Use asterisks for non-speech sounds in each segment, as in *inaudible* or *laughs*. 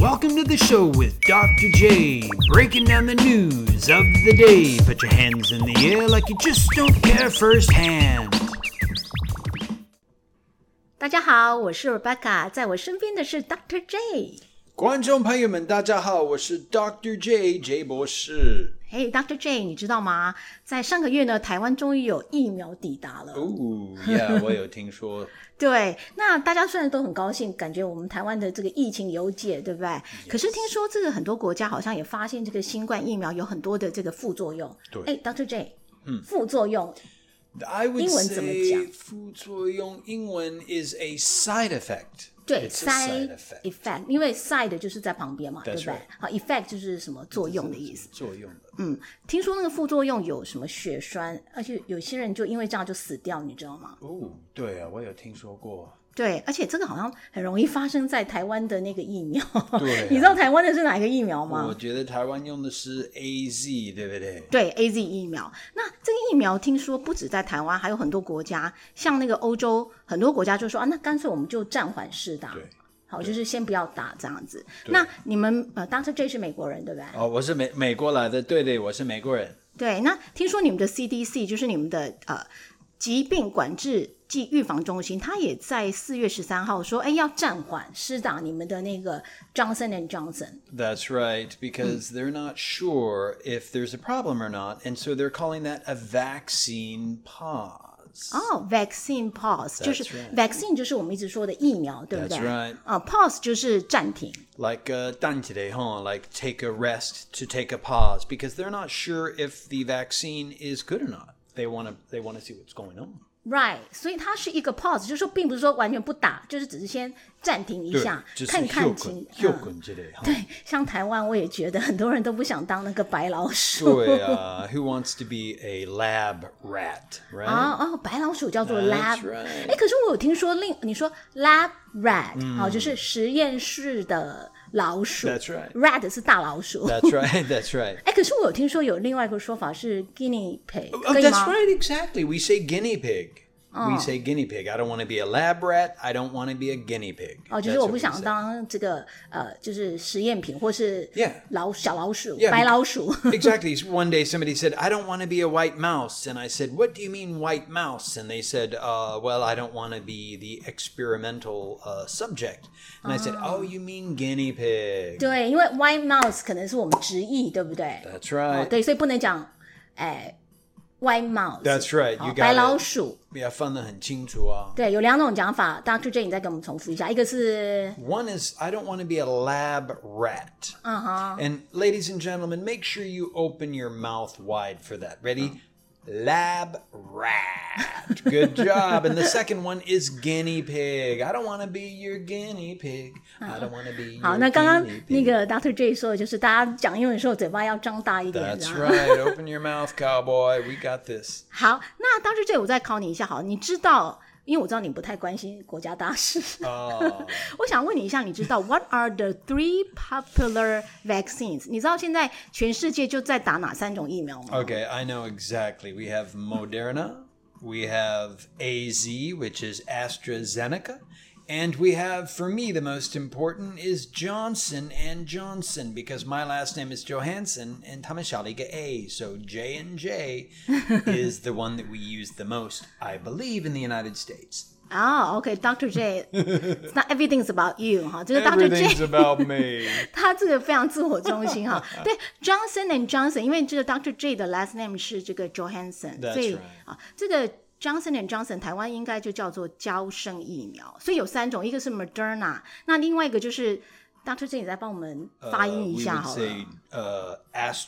Welcome to the show with Dr. J, breaking down the news of the day. Put your hands in the air like you just don't care firsthand. 大家好，我是 Rebecca，在我身边的是 Dr. J。观众朋友们，大家好，我是 Doctor J J 博士。嘿、d r J，你知哎道吗？在上个月呢，台湾终于有疫苗抵达了。哦 *laughs* ，Yeah，我有听说，对，那大家虽然都很高兴，感觉我们台湾的这个疫情有解，对不对可是听说这个很多国家好像也发现这个新冠疫苗有很多的这个副作用。对哎，Dr. J，嗯，副作用 I would 英文怎么讲 say 副作用英文 is a side effect。对 It's a side side effect， effect，因为 side 就是在旁边嘛，对 That's 不对 right 好，effect 就是什么作用的意思。作用的。听说那个副作用有什么血栓，而且有些人就因为这样就死掉，你知道吗？哦，对啊，我有听说过。对，而且这个好像很容易发生在台湾的那个疫 *laughs* 苗。对啊你知道台湾的是哪一个疫苗吗我？觉得台湾用的是 A Z，对不对？对，A Z 疫苗。那这个疫苗听说不止在台湾，还有很多国家，像那个欧洲很多国家就说啊，那干脆我们就暂缓试打，对。好，就是先不要打这样子。那你们呃，Dr. J 是美国人对不对？Oh, 哦，我是美美国来的，对对，我是美国人。对，那听说你们的 CDC 就是你们的呃疾病管制暨预防中心，它也在四月十三号说，哎，要暂缓施打你们的那个 Johnson and Johnson。 That's right, because they're not sure if there's a problem or not, and so they're calling that a vaccine pause. 哦、v a c c i n e pause 就是 right. vaccine 就是我们一直说的疫苗，对不对？ That's right. 啊、p a u s e 就是暂停。 like uh, done today, huh? Like take a rest to take a pause because they're not sure if the vaccine is good or not. They want to they want to see what's going on. Right，所以它是一个 pause，就是说并不是说完全不打，就是只是先暂停一下，看看情。嗯对对，就是休困，休困之类，huh？像台湾，我也觉得很多人都不想当那个白老鼠。对啊，Who wants to be a lab rat, right? 啊哦，白老鼠叫做 lab That's。哎、 right 嗯可是我有听说另你说 lab rat，、哦，就是实验室的老鼠。 That's right Rat 是大老鼠。哎、 That's right. *laughs* That's right. 可是我有听说有另外一个说法是 guinea pig，、 Oh, 可以 that's 吗 right. Exactly. We say guinea pig. We say guinea pig. I don't want to be a lab rat. I don't want to be a guinea pig. 哦，就是 That's 我 what 不 we 想 say. *laughs* 当这个呃，就是实验品或是 Yeah 老小老鼠 Yeah，白老鼠。 *laughs* exactly. One day somebody said, I don't want to be a white mouse. And I said, What do you mean, white mouse? And they said, uh, Well, I don't want to be the experimental uh, subject. And I said, Oh, you mean guinea pig. 对，因为 white mouse 可能是我们直译，对不对？ That's 哦， right. 对，所以不能讲哎 white mouse。 That's right，哦 you got 白老 it 鼠。 Yeah, 分得很清楚啊。对，有两种讲法。大家 J，你再给我们重复一下，一个是 One is, I don't want to be a lab rat. 啊哈 And ladies and gentlemen, make sure you open your mouth wide for that. Ready? Lab rat. Good job. and the second one is guinea pig. I don't want to be your guinea pig. I don't want to be 好， your 那刚刚 guinea 那 pig. 个 Doctor J 说的就是，大家讲英文的时候嘴巴要张大一点。啊 That's *laughs* 这样 right. Open your mouth, cowboy. We got this. 好，那 Doctor J，我再考你一下，好，你知道，因为我知道你不太关心国家大事， Oh, *laughs* 我想问你一下，你知道 What are the three popular vaccines？你知道现在全世界就在打哪三种疫苗吗 okay, I know exactly. We have Moderna, we have AZ, which is AstraZeneca, and we have for me the most important is Johnson and Johnson because my last name is Johansson and Tamashaliga A, so J and J is the one that we use the most, I believe, in the United States. 啊、o k d r *laughs* J，It's not everything's about you 哈，就是 Dr. J。 about me. 他这个非常自我中 *laughs* 心哈。对，Johnson and Johnson，因为这个 Dr. J 的 last name 是这个 Johansson， That's 所以 right. 啊，这个 Johnson and Johnson 台湾应该就叫做娇生疫苗，所以有三种，一个是 Moderna，那另外一个就是 Dr. J，你再帮我们发 Uh, 音一 we 下 would 好 say 了。 uh,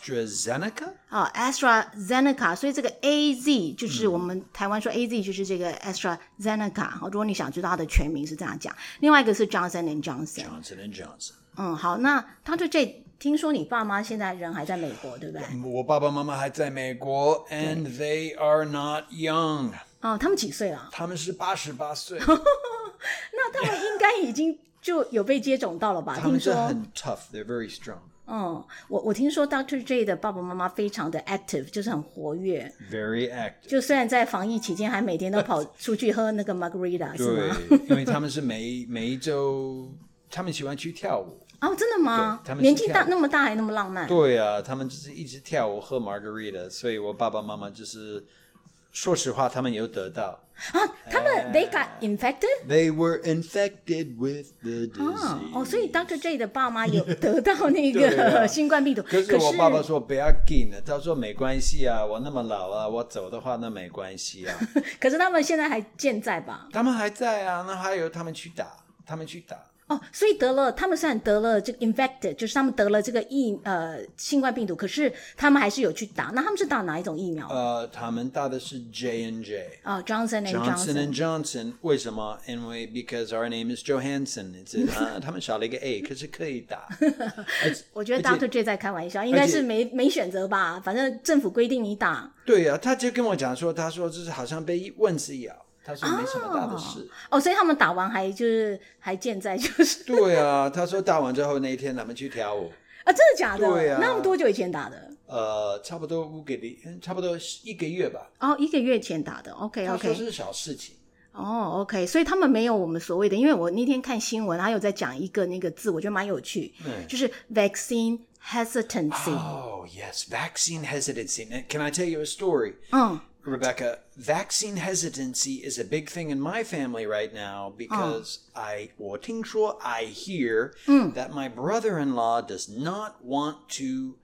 AstraZeneca. 啊，AstraZeneca，所以这个 A Z 就是我们台湾说嗯 A Z 就是这个 AstraZeneca。好，如果你想知道它的全名是这样讲，另外一个是 Johnson and Johnson。 Johnson and Johnson. 嗯，好，那 Dr. J，听说你爸妈现在人还在美国，对不对？嗯我爸爸妈妈还在美国, and they are not young. 哦，他们几岁了？他们是88岁, *laughs* 那他们应该已经就有被接种到 *laughs* 了吧？听说，他们是很 tough. They're very strong, 嗯，我我听说 Dr. J 的爸爸妈妈非常的 active，就是很活跃。 very active. 就虽然在防疫期间，还 *laughs* 每天都跑出去喝那个 margarita，是吗？对，因为他们是每每一周他们喜欢去跳舞。 *laughs* 哦，真的吗对他？们年是纪跳大舞那么大还那么浪漫，对啊，他们就是一直跳舞喝 margarita，所以我爸爸妈妈就是，说实话，他们有得到。啊，他们哎 they got infected。 They were infected with the disease、啊哦，Oh, 所以 Dr. J 的爸妈有 *laughs* 得到那对啊个 *laughs* 新冠病毒，可是可我爸爸说不要紧的，他说没关系啊，我那么老了，我走的话那没关系啊。可是他们现在还健在吧？他们还在啊，那还有他们去打，他们去打。哦，所以得了，他们虽然得了这个 infected，就是他们得了这个疫呃新冠病毒，可是他们还是有去打。那他们是打哪一种疫苗？呃，他们打的是 J and J。啊、j o h n s o n and Johnson and Johnson。 Johnson，为什么？因为 because our name is Johansson，it's *laughs* 啊，他们少了一个 A，可是可以打。而且我觉得而且 Dr. J 在开玩笑，应该是没没选择吧，反正政府规定你打。对啊，他就跟我讲说，他说就是好像被蚊子咬，他说没什么大的事。哦，所以他们打完还就是还健在，就是对啊，他说打完之后那一天他们去跳舞，啊，真的假的？对啊那他们多久以前打的？呃，差不多五个礼，嗯差不多一个月吧。哦，一个月前打的。OK 他说 OK。是小事情。哦、o k 所以他们没有我们所谓的，因为我那天看新闻，他有在讲一个那个字，我觉得蛮有趣，就是 vaccine hesitancy。 Oh yes, vaccine hesitancy. Now, Can I tell you a story? 嗯 Rebecca, vaccine hesitancy is a big thing in my family right now because I, well, Tingshuo, I hear that my brother in law does not want to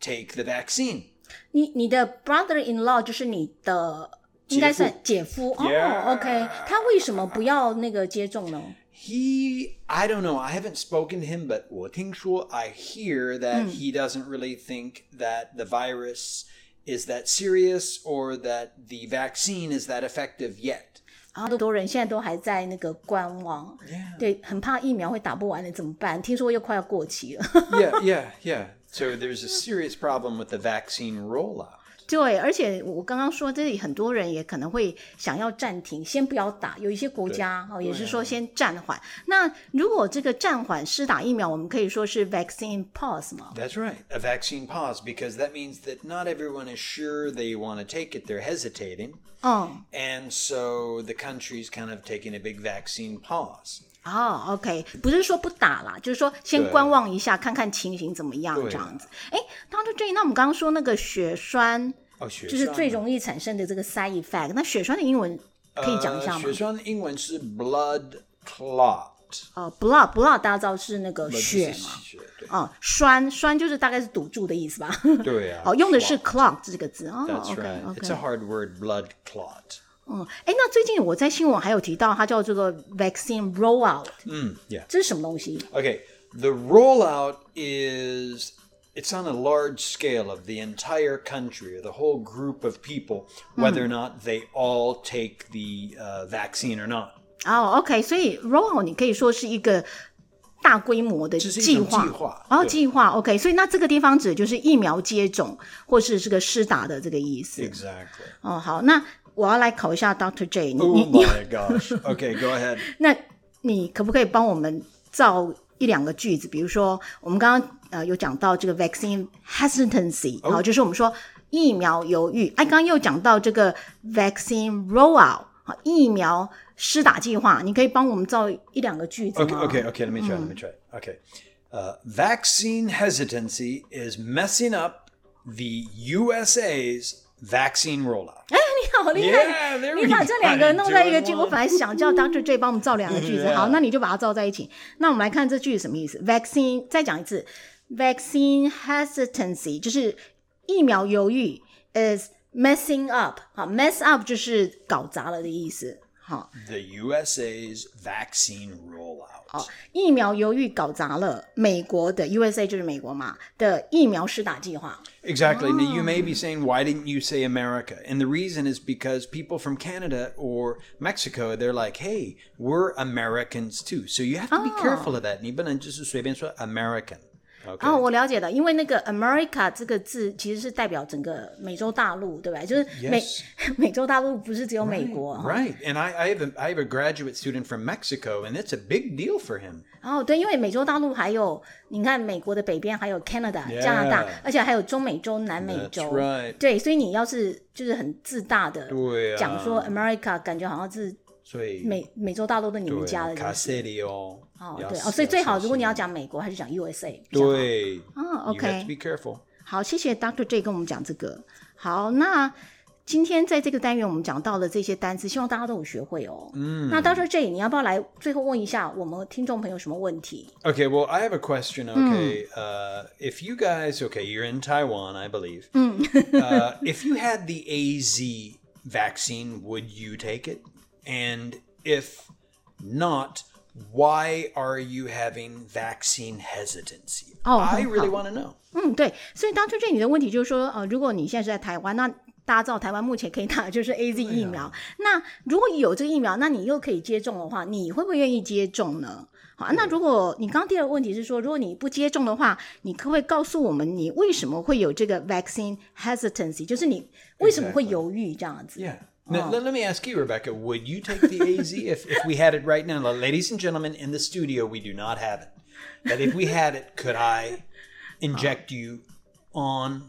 take the vaccine. 你你的 brother in law 就是你的。应该算姐夫哦 Yeah ，OK，他为什么不要那个接种呢？ He, I don't know, I haven't spoken to him, but 我听说, I hear that he doesn't really think that the virus is that serious or that the vaccine is that effective yet. 啊，很多人现在都还在那个观望 Yeah. 对，很怕疫苗会打不完了怎么办？听说又快要过期了。 *laughs* yeah, yeah, yeah. So there's a serious problem with the vaccine rollout. 对，而且我刚刚说，这里很多人也可能会想要暂停，先不要打。有一些国家哦，也是说先暂缓。那如果这个暂缓施打疫苗，我们可以说是 vaccine pause 嘛？ That's right. A vaccine pause because that means that not everyone is sure they want to take it. They're hesitating. 嗯， And so the country's kind of taking a big vaccine pause. 哦，OK，不是说不打啦，就是说先对观望一下，看看情形怎么样对这样子。哎，Dr. J，那我们刚刚说那个血栓， Oh, 血就是最容易产生的这个 side effect，那血栓的英文可以讲一下吗？呃血栓英文是 blood clot，呃，blood blood 大家知道是那个血嘛？哦，栓栓就是大概是堵住的意思吧？ *laughs* 对啊，哦，用的是 clog 这个字哦 That's OK right. It's OK a。hard word, blood clot. 嗯，哎，那最近我在新闻还有提到，它叫这个 vaccine rollout，嗯，yeah. 这是什么东西？ Okay, the rollout is it's on a large scale of the entire country or the whole group of people, whether or not they all take the uh, vaccine or not. 哦，OK，所以 rollout 你可以说是一个大规模的这是一计种划，计划哦，对计划 OK，所以那这个地方指的就是疫苗接种或是这个施打的这个意思。 Exactly. 哦，好，那我要来考一下 Doctor J，你 Oh *laughs* 你你 my gosh. Okay, go ahead. 那你可不可以帮我们造一两个句子？比如说，我们刚刚呃有讲到这个 vaccine hesitancy，好、就是我们说疫苗犹豫。哎，刚刚又讲到这个 vaccine rollout，好，疫苗施打计划，你可以帮我们造一两个句子吗 Okay, okay, okay. Let me try. Let me try. Okay. Uh, vaccine hesitancy is messing up the USA's vaccine rollout. 哎， *laughs* 你好厉害 Yeah, there 你把 we 这两个 go. 哎弄在一个句 Do it 我 one. 本来想叫 Doctor J 帮我们造两个句子 *laughs* Yeah. 好，那你就把它造在一起。那我们来看这句是什么意思？Vaccine，再讲一次，Vaccine hesitancy 就是疫苗犹豫，is messing up，好，mess up 就是搞砸了的意思。好， The USA's vaccine rollout. 疫苗犹豫搞砸了美国的 USA 就是美国嘛的疫苗施打计划。 Exactly. Now, you may be saying, why didn't you say America? And the reason is because people from Canada or Mexico, they're like, hey, we're Americans too. So you have to be careful of that. 你不能就是随便说 American. Okay. 哦，我了解的，因为那个 America 这个字其实是代表整个美洲大陆，对不对？就是美 Yes. *laughs* 美洲大陆不是只有美国。哦 Right. And I, I, have a, I have a graduate student from Mexico, and it's a big deal for him. 哦，对，因为美洲大陆还有，你看美国的北边还有 Canada 加拿大 Yeah.，而且还有中美洲、南美 That's 洲。 right. 对，所以你要是就是很自大的对啊讲说 America，感觉好像是所以美美洲大陆的你们对家的人是 Caserio 哦哦，对哦，所以最好如果你要讲美国，还是讲 USA 比较好。对 you 哦 have ，OK to be careful。好，谢谢 Dr. J 跟我们讲这个。好，那今天在这个单元我们讲到了这些单词，希望大家都有学会哦。嗯，那 Dr. J，你要不要来最后问一下我们听众朋友什么问题？ Okay, well, I have a question. Okay, uh, if you guys, okay, you're in Taiwan, I believe. uh, if you had the AZ vaccine, would you take it? And if not, why are you having vaccine hesitancy? Oh, I really oh. want to know. 嗯，对，所以 Dr. J 你的问题就是说，呃，如果你现在是在台湾，那大家知道台湾目前可以打的就是 A Z 疫苗，那如果有这个疫苗，那你又可以接种的话，你会不会愿意接种呢？好，那如果你刚刚第二个问题是说，如果你不接种的话，你可不可以告诉我们你为什么会有这个 vaccine hesitancy，就是你为什么会 Exactly. 犹豫这样子 Yeah. Um, Now, let, let me ask you, Rebecca, would you take the *laughs* AZ if, if we had it right now? Now, Ladies and gentlemen, in the studio, we do not have it. But if we had it, could I inject you on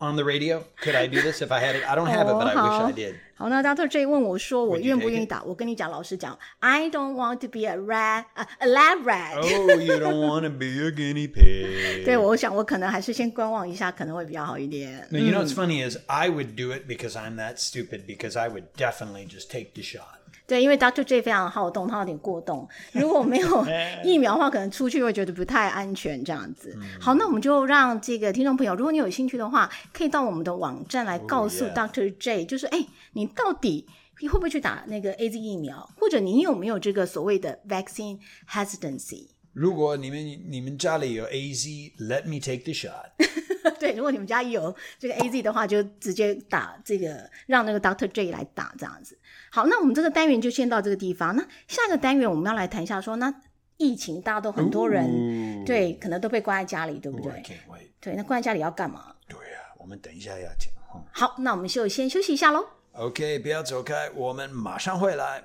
on the radio? Could I do this if I had it? I don't have it, but I wish I Oh, did. 好，那 Doctor J 问我说，我 Would you 愿不 take 愿意 it? 打？我跟你讲，老实讲，I don't want to be a rat，a a lab rat。 Oh, you don't want to be a guinea pig. 对，我想我可能还是先观望一下，可能会比较好一点。 Now, you know what's funny is I would do it because I'm that stupid because I would definitely just take the shot. 对，因为 Dr. J 非常好动，他有点过动。如果没有疫苗的话，可能出去会觉得不太安全这样子。好，那我们就让这个听众朋友，如果你有兴趣的话，可以到我们的网站来告诉 yeah Dr. J，、就是哎，你到底会不会去打那个 A Z 疫苗，或者你有没有这个所谓的 vaccine hesitancy？如果你们你们家里有 AZ, let me take the shot. *laughs* 对，如果你们家有这个 A Z 的话，就直接打这个，让那个 Doctor J 来打这样子。好，那我们这个单元就先到这个地方。那下个单元我们要来谈一下说，那疫情大家都很多哦人对，可能都被关在家里，对不 Ooh, I 对？ can't wait. 对，那关在家里要干嘛？对呀、啊，我们等一下要讲。好，那我们就先休息一下喽。 OK，不要走开，我们马上会来。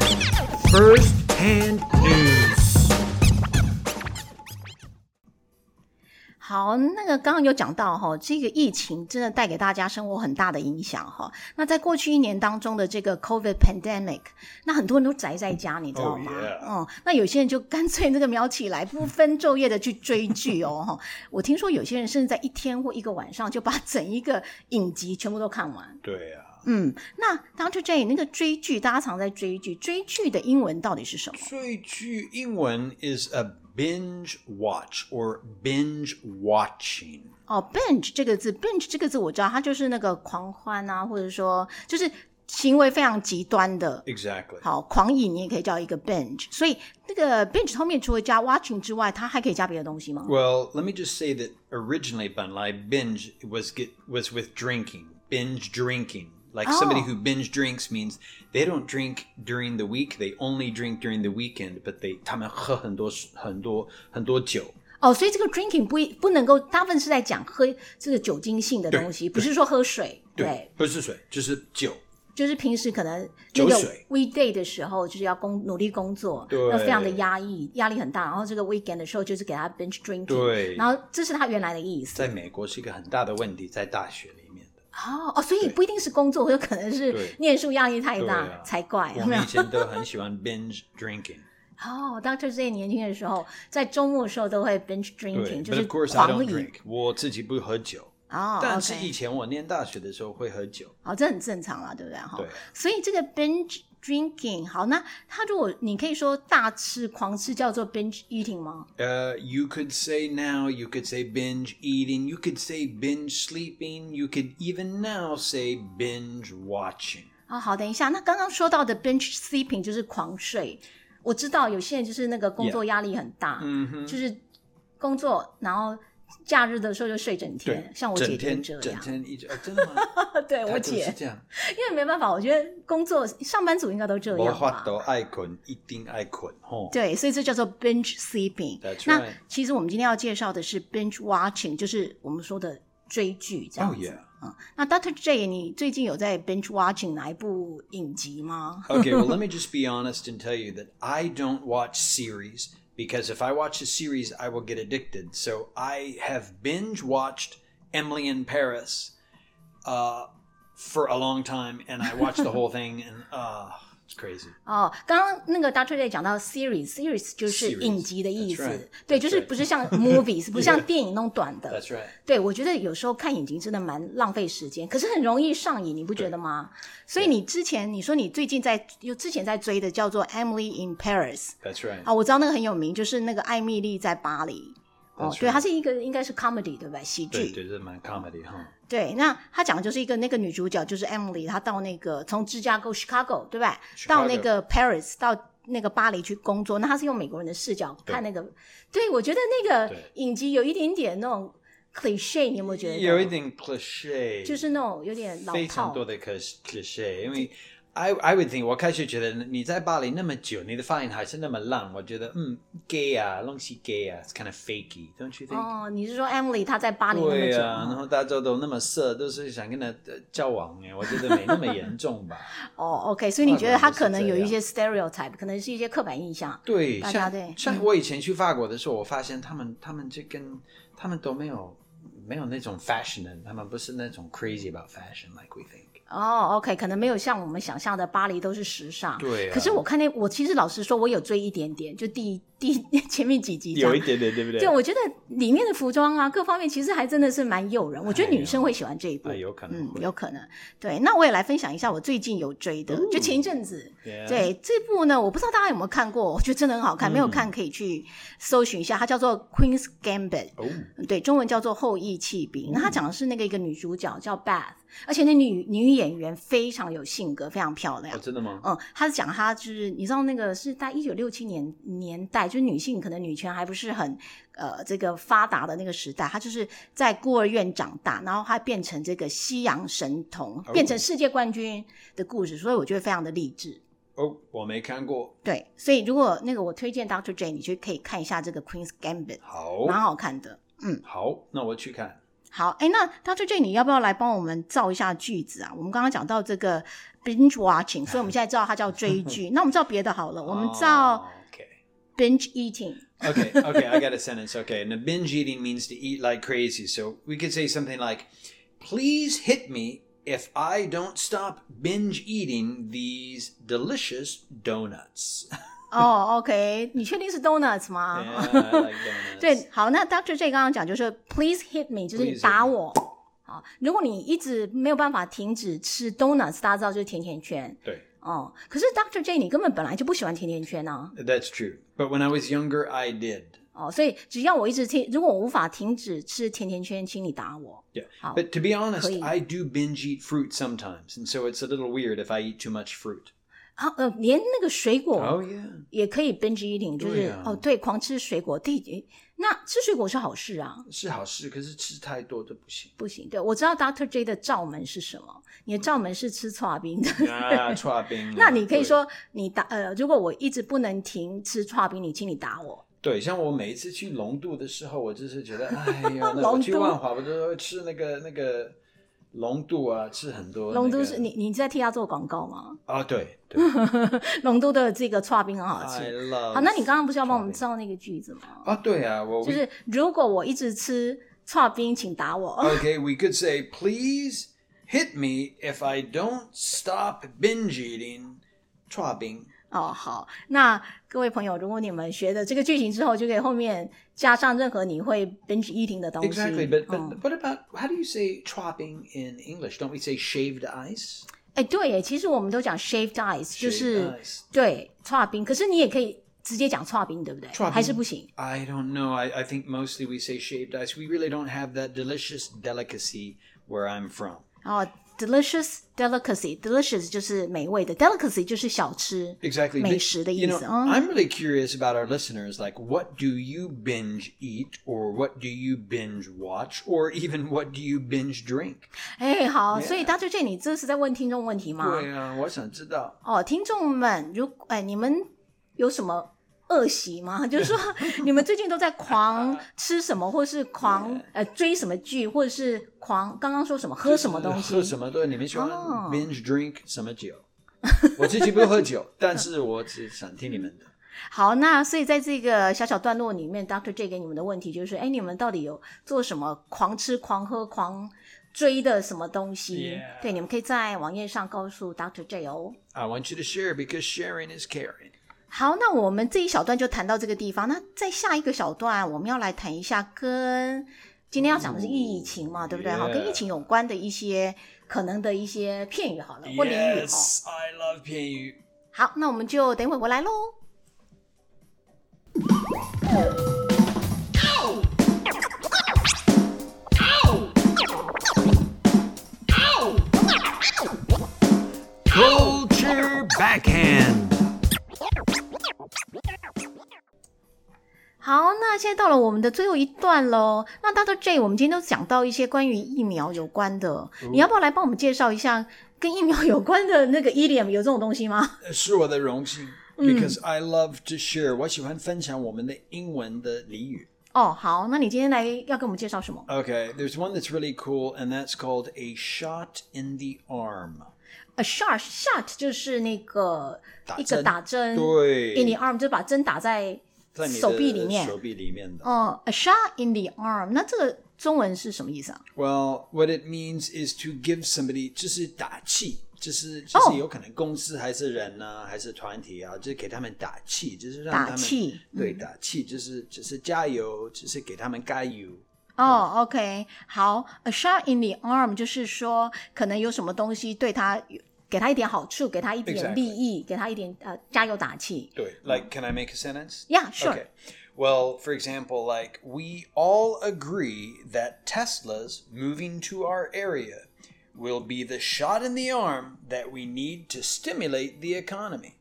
First hand news. 好，那个刚刚有讲到哈，这个疫情真的带给大家生活很大的影响哈。那在过去一年当中的这个 COVID pandemic，那很多人都宅在家，你知道吗 Oh, yeah. 哦，那有些人就干脆那个瞄起来，不分昼夜的去追剧哦哈。我听说有些人甚至在一天或一个晚上就把整一个影集全部都看完。对呀、啊，嗯，那 Dr. J 那个追剧，大家常在追剧，追剧的英文到底是什么？最句英文 is a binge watch or binge watching。哦，binge 这个字，binge 这个字我知道，它就是那个狂欢啊，或者说就是行为非常极端的。 Exactly。好，狂饮你也可以叫一个 binge，所以那个 binge 后面除了加 watching 之外，它还可以加别的东西吗？ Well, let me just say that originally, Bunlai, binge was get, was with drinking, binge drinking. Like somebody Oh. who binge drinks means they don't drink during the week; they only drink during the weekend. But they 他们喝很多很多很多酒。哦，所以这个 drinking 不一不能够，大部分是在讲喝这个酒精性的东西，不是说喝水，对，不是水，就是酒。就是平时可能那酒个水 weekday 的时候，就是要工努力工作，对那非常的压抑，压力很大。然后这个 weekend 的时候，就是给他 binge drinking，对然后这是他原来的意思，在美国是一个很大的问题，在大学里 *laughs* 面的，哦哦，所以不一定是工作，有可能对是念书压力太大、对啊才怪，有我没有们以？前都很喜欢 binge *laughs* drinking。哦，Doctor Z 年轻的时候，在周末的时候都会 binge 对 drinking，就，But 是 Oh， of course I 狂 don't 饮 drink，我自己不喝酒。哦。但是 OK 以前我念大学的时候会喝酒。好，这很正常啦，对不对？哈对，所以这个 binge drinking，好，那它如果你可以说大吃狂吃叫做 binge eating 吗？呃、y o u Uh, could say now, you could say binge eating, you could say binge sleeping, you could even now say binge watching. 啊、好，等一下，那刚刚说到的 binge sleeping 就是狂睡，我知道有些人就是那个工作压力很大就是工作，然后假日的时候就睡整天，像我姐整姐天这整样，天一直，哦、真的吗？对 *laughs* 我她就是姐，这样，因为没办法，我觉得工作上班族应该都这我样话吧。都爱困，一定爱困，吼。对，所以这叫做 binge sleeping。 That's 那 right 其实我们今天要介绍的是 binge watching，就是我们说的追剧这样 Oh, 子。 yeah 嗯，那 Doctor J，你最近有在 binge watching 哪一部影集吗？ okay, well, let me just be honest and tell you that I don't watch series because if I watch a series, I will get addicted. So I have binge watched Emily in Paris uh, for a long time, and I watched the whole thing, and uh, it's crazy. 哦，刚刚那个 Doctor Day 讲到 series，series 就是影集的意思 Series，that's right，对， that's 就是不是像 *laughs* movies，不是像电影那种短的。 That's right. 对，我觉得有时候看影集真的蛮浪费时间，可是很容易上瘾，你不觉得吗？所以你之前你说你最近在又之前在追的叫做《Emily in Paris That's》right. 啊，我知道那个很有名，就是那个艾米丽在巴黎。哦 That's，对， right 它是一个应该是 comedy 对不对？喜剧。对对，这蛮 comedy 哈。对，那他讲的就是一个那个女主角就是 Emily，她到那个从芝加哥 Chicago 对吧 Chicago 到那个 Paris 到那个巴黎去工作，那她是用美国人的视角看那个，对我觉得那个对影集有一点点那种 cliche，你有没有觉得？有一点 cliche，就是那种有点老套。非常多的可 I I would think 我开始觉得你在巴黎那么久，你的发音还是那么烂，我觉得嗯，gay 啊，东西 gay 啊，it's kind of fakey，don't you think？、哦，你是说 Emily 她在巴黎那么对久？嗯啊，然后大家都那么色，都是想跟他呃交往哎，我觉得没那么严重吧。哦，OK，所以你觉得她可能有一外国些 stereotype，可能是一些刻板印象。对，大家像对嗯像我以前去法国的时候，我发现他们他们这跟他们都没有没有那种 fashion，的他们不是那种 crazy about fashion like we think。哦、o k 可能没有像我们想象的巴黎都是时尚。对啊可是我看那，我其实老实说，我有追一点点，就第一第一 *laughs* 前面几集这样。点点，对不对对，我觉得里面的服装啊，各方面其实还真的是蛮诱人。我觉得女生会喜欢这一部，哎有可能嗯，会有可能。对，那我也来分享一下我最近有追哦的，就前一阵子。 Yeah 对这部呢，我不知道大家有没有看过，我觉得真的很好看，没有看可以去搜寻一下，它叫做《Queen's Gambit》。哦，对，中文叫做《后羿弃兵》。那他讲的是那个一个女主角叫 Beth，而且那女女演员非常有性格，非常漂亮哦，。真的吗？嗯，他是讲她就是你知道那个是在一九六七年年代，就是女性可能女权还不是很呃这个发达的那个时代，她就是在孤儿院长大，然后她变成这个西洋神童，变成世界冠军的故事，所以我觉得非常的励志。哦，我没看过。对，所以如果那个我推荐 Doctor J，你就可以看一下这个《Queen's Gambit》，好，蛮好看的。嗯。好，那我去看。好，哎，那 Dr. J，你要不要来帮我们造一下句子啊？我们刚刚讲到这个 binge watching，所以我们现在知道它叫 *laughs* 追剧。那我们知道别的好了，我们哦叫 OK。 binge eating。 okay, okay, I got a sentence. Okay, and the binge eating means to eat like crazy. So we could say something like, "Please hit me if I don't stop binge eating these delicious *laughs* donuts." 哦、o k 你确定是 donuts 吗 *laughs* Yeah, I like donuts. 对，好，那 Dr. J 刚刚讲就是 please hit me，就是你 Please hit 打 me 我。好，如果你一直没有办法停止吃 donuts，大家知道就是甜甜圈对。哦。可是 Dr. J，你根本本来就不喜欢甜甜圈啊。 That's true. But when I was younger, I did. 哦，所以只要我一直听，如果我无法停止吃甜甜圈，请你打我。 Yeah. 好 But to be honest, 可以。 I do binge eat fruit sometimes, and so it's a little weird if I eat too much fruit. 啊，呃，连那个水果 Oh yeah. 也可以 binge eating，就是对啊哦，对，狂吃水果。对，诶那吃水果是好事啊，是好事，可是吃太多就不行。不行。对我知道 Doctor J 的罩门是什么，你的罩门是吃刨冰的。啊，刨冰啊， *laughs* 那你可以嗯对。说，你打呃，如果我一直不能停吃刨冰，你请你打我。对，像我每一次去龙渡的时候，我就是 *laughs* 觉得，哎呀，龙那渡我去万华，我就会吃那个那个龙渡啊，吃很多、龙都是你你在替他做广告吗？啊、对 *laughs* 对龙都的这个刨冰很好，I 吃。 love。好，那你刚刚不是要帮我们刨冰造那个句子吗？啊？对啊，我就是如果我一直吃刨冰，请打我。 okay. We could say, please hit me if I don't stop binge eating. 刨冰哦，好，那各位朋友，如果你们学的这个剧情之后，就可以后面加上任何你会 binge eating 的东西。 exactly, but but 嗯 what about how do you say chopping in English? Don't we say shaved ice? 哎、对耶，其实我们都讲 shaved ice，就是 Shaved ice 对刨冰，可是你也可以直接讲刨冰，对不对？刨冰还是不行。 I don't know. I, I think mostly we say shaved ice. We really don't have that delicious delicacy where I'm from. 然后哦 delicious delicacy，delicious 就是美味的，delicacy 就是小吃 Exactly. 美 But, 食的 you 意 know, 思。嗯 I'm really curious about our listeners. Like, what do you binge eat, or what do you binge watch, or even what do you binge drink? 哎，好所以 Dr. J，你这是在问听众问题吗？ah, 对啊，我想知道。哦，听众们，如哎，你们有什么恶习吗？ *laughs* 就是说，你们最近都在狂吃什么，或是狂呃追什么剧，或者是狂刚刚说什么喝什么东 *laughs* 西？喝什么东西？你们喜欢哦。 binge drink 什么酒？我自己不喝酒，但是我只想听你们的。好，那所以在这个小小段落里面，Dr. J 给你们的问题就是：哎，你们到底有做什么狂吃、狂喝、狂追的什么东西 Yeah 对，你们可以在网页上告诉 Dr. J 哦。 I want you to share because sharing is caring. 好，那我们这一小段就谈到这个地方。那在下一个小段，我们要来谈一下跟今天要讲的是疫情嘛，对不对？好，跟 yeah 疫情有关的一些可能的一些片语好了，或俚语哈。 Yes, I love Piyu. 好，那我们就等一会儿回来喽。 Culture backhand. 好，那现在到了我们的最后一段喽。那 Dr. J，我们今天都讲到一些关于疫苗有关的，你要不要来帮我们介绍一下跟疫苗有关的那个 idiom 有这种东西吗？是我的荣幸, because I love to share. 我喜欢分享我们的英文的俚语。哦，好，那你今天来要跟我们介绍什么？ Okay, there's one that's really cool, and that's called a shot in the arm. A shot shot 就是那个打一针个打针对，in the arm 就是把针打在在你的手臂里面。手臂里面的。哦、a shot in the arm，那这个中文是什么意思啊？ Well, what it means is to give somebody 就是打气，就是-哦。就是有可能公司还是人啊，还是团体啊，就是给他们打气，就是让他们-打气，对，打气，就是-就是加油，就是给他们加油。哦、o 嗯 k 好，a shot in the arm 就是说可能有什么东西对他给他一点好处，给他一点 Exactly. 利益给他一点呃加油打气。 Like, can I make a sentence? Yeah, sure. Okay. Well, for example, like, we all agree that Tesla's moving to our area will be the shot in the arm that we need to stimulate the economy.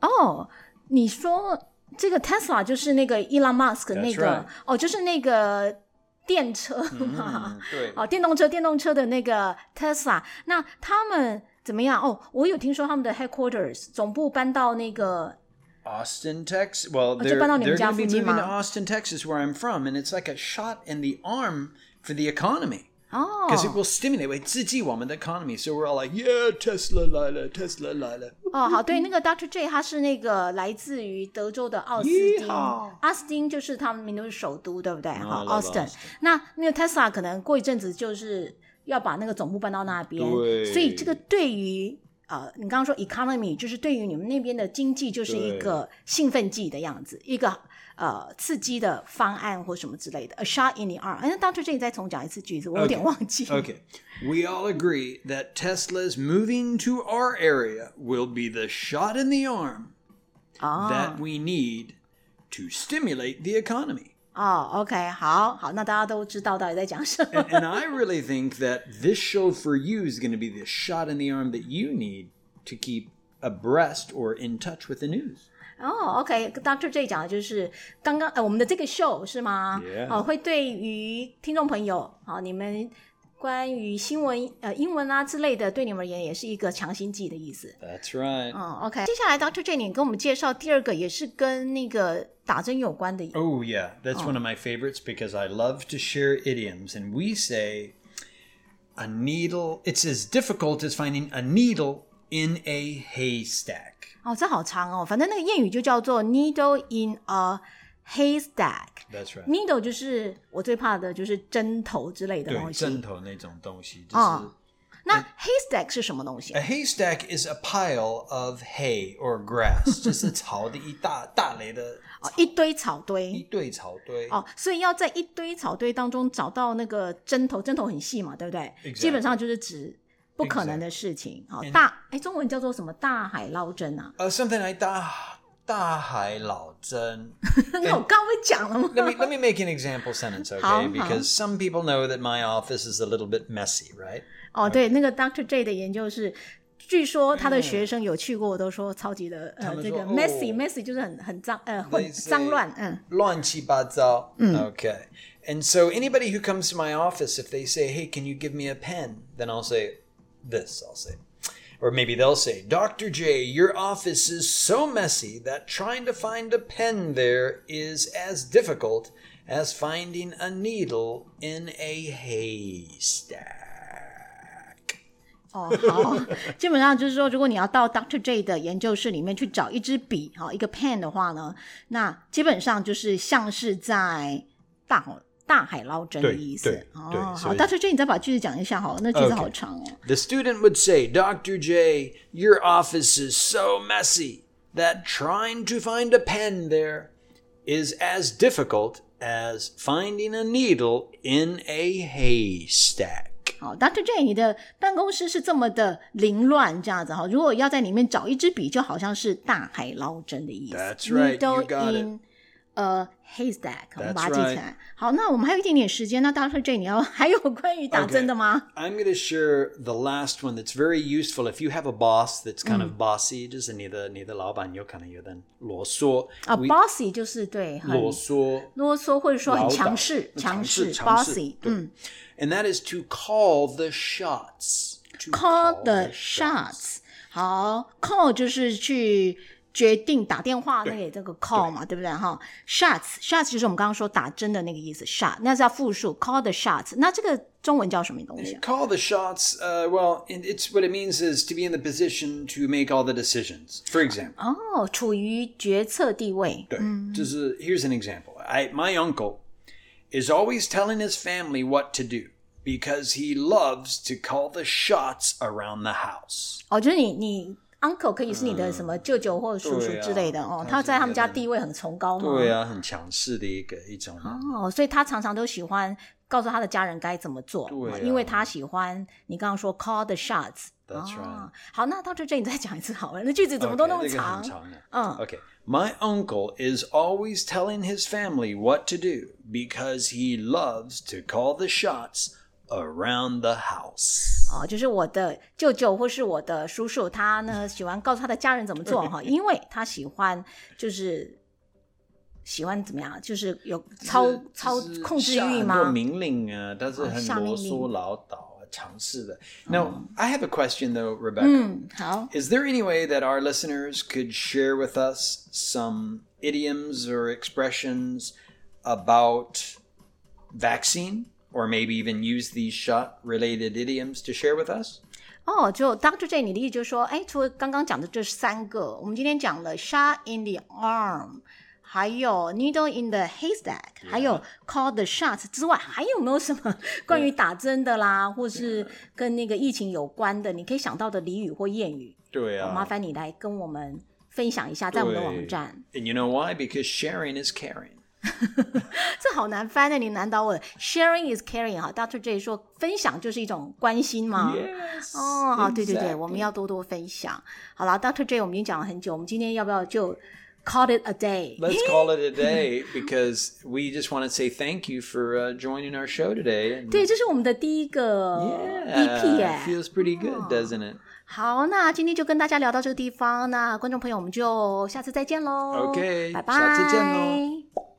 哦、你说这个 Tesla 就是那个 Elon Musk 那个 right. 嗯哦，就是那个电车嘛，对哦，电动车电动车的那个 Tesla，那他们怎么样？哦，我有听说他们的 headquarters 总部搬到那个 Austin, Texas. Well, 就 they're, 搬到你们 they're going to be 家附近 moving 吗？ to Austin, Texas, where I'm from, and it's like a shot in the arm for the economy 哦 because it will stimulate 刺激我们的 economy. So we're all like, yeah, Tesla, Lila, Tesla, Lila. 哦，好，对，那个 Dr. J 他是那个来自于德州的奥斯汀， Yeehaw 奥斯汀就是他们民族首都，对不对？哈 I love ，Austin Austin。那那个 Tesla 可能过一阵子就是要把那个总部搬到那边，对所以这个对于呃，你刚刚说 economy 就是对于你们那边的经济就是一个兴奋剂的样子，一个呃刺激的方案或什么之类的。A shot in the arm。哎，那 Dr. J 你再重讲一次句子，我有点忘记。 Okay, we all agree that Tesla's moving to our area will be the shot in the arm 哦 that we need to stimulate the economy. 哦，OK，好好，那大家都知道到底在讲什么。 And, and *laughs* I really think that this show for you is going to be the shot in the arm that you need to keep abreast or in touch with the news. 哦、o k d r J 讲的就是刚刚呃，我们的这个 show 是吗 Yeah. 哦，会对于听众朋友，好、你们关于新闻呃英文啊之类的，对你们而言也是一个强心剂的意思。 That's right. 嗯，OK、o k 接下来 Dr. J 你给我们介绍第二个，也是跟那个打针有关的 Oh, yeah. That's one of my favorites because I love to share idioms. And we say a needle, it's as difficult as finding a needle in a haystack. 哦，这好长哦，反正那个谚语就叫做 needle in a haystack。 That's right. needle 就是我最怕的就是针头之类的东西。对，针头那种东西，就是那 haystack 是什么东西 A？haystack is a pile of hay or grass. 就是草的一大大雷的一堆草堆。哦，一堆草堆。哦，所以要在一堆草堆当中找到那个针头，针头很细嘛，对不对 Exactly. 嗯基本上就是指不可能的事情。好、 And- 大哎，中文叫做什么？大海捞针啊？ Uh, something like 大大海老针。那我刚刚不是讲了吗？ let me let me make an example sentence, Huh, huh. okay? Because some people know that my office is a little bit messy, right? 哦，对，那个 Dr. J 的研究是。据说他的学生有去过，都说超级的呃，嗯们这说个哦 messy messy 就是很很脏呃， They 混 say 脏乱，嗯，乱七八糟. Okay. And so anybody who comes to my office, if they say, "Hey, can you give me a pen?" then I'll say, "This." I'll say. Or maybe they'll say, Dr. J, your office is so messy that trying to find a pen there is as difficult as finding a needle in a haystack. 哦，好， *laughs* 基本上就是说，如果你要到 Dr. J 的研究室里面去找一支笔，哈，一个 pen 的话呢，那基本上就是像是在大海大海捞针的对意思对。对哦，所好以，Dr. J，你再把句子讲一下，好了，那句子 OK 好长哦。 The student would say, Dr. J, your office is so messy that trying to find a pen there is as difficult as finding a needle in a haystack. 好，Dr. J，你的办公室是这么的凌乱，这样子哈。如果要在里面找一支笔，就好像是大海捞针的意思。 That's right, Needle you got it. in a haystack，我们 That's 把它记起 right. 来。好，那我们还有一点点时间，那 Dr. J，你要 *laughs* 还有关于打 Okay. 针的吗 I'm going to share the last one that's very useful. If you have a boss that's kind Mm. of bossy, 就是你的你的老板有可能有点啰嗦啊，bossy 就是对，很啰嗦。啰嗦或者说很唠叨强势，嗯强势强势，bossy，对嗯 And that is to call the shots. To ，call the shots。好，call 就是去决定打电话那个这个 call 嘛，对不对哈？shots shots 就是我们刚刚说打针的那个意思，shot 那是要复数，call the shots。那这个中文叫什么东西啊？ Call the shots. Uh, well, and it's what it means is to be in the position to make all the decisions. For example, 哦，处于决策地位。 Just, uh, here's an example. I, my uncle is always telling his family what to do because he loves to call the shots around the house. 哦，就是你你 uncle 可以是你的什么舅舅或者叔叔嗯对啊之类的哦，他他是在他们家一个地位很崇高嘛。对啊，很强势的一个一种。哦，所以他常常都喜欢告诉他的家人该怎么做，对啊因为他喜欢你刚刚说 call the shots。 That's right.，哦好，那到这这里再讲一次好了，那句子怎么都那么 Okay, 那个长？很长的。嗯。 Okay. My uncle is always telling his family what to do because he loves to call the shots around the house. 哦，就是我的舅舅或是我的叔叔，他呢喜欢告诉他的家人怎么做哈，因为他喜欢就是喜欢怎么样，就是有操就是操就是控制下欲很多吗？命令啊，但是很下啰命令嗦唠叨啊，尝试的。Now, I have a question though, Rebecca. 嗯，好。 Is there any way that our listeners could share with us some idioms or expressions about vaccine? Or maybe even use these shot related idioms to share with us? 哦，就 Dr. J，你的意思就是说，哎，除了刚刚讲的这三个，我们今天讲了 shot in the arm，还有 needle in the haystack，还有 call the shots 之外，还有没有什么关于打针的啦，或是跟那个疫情有关的，你可以想到的俚语或谚语？对啊。哦麻烦你来跟我们分享一下，在我们的网站。 And you know why? Because sharing is caring. 这好难翻啊的，你难倒我了。Sharing is caring 哈，Dr. J 说，分享就是一种关心嘛。 Yes. 哦，好，对对对，我 exactly. 们要多多分享。好了，Dr. J，我们已经讲了很久，我们今天要不要就 call it a day？ Let's call it a day because we just want to say thank you for uh, joining our show today. And *laughs* 对，这是我们的第一个 yeah, EP 耶、 feels pretty good, doesn't it? 好，那今天就跟大家聊到这个地方，那观众朋友，我们就下次再见喽。 OK，拜拜，下次见喽。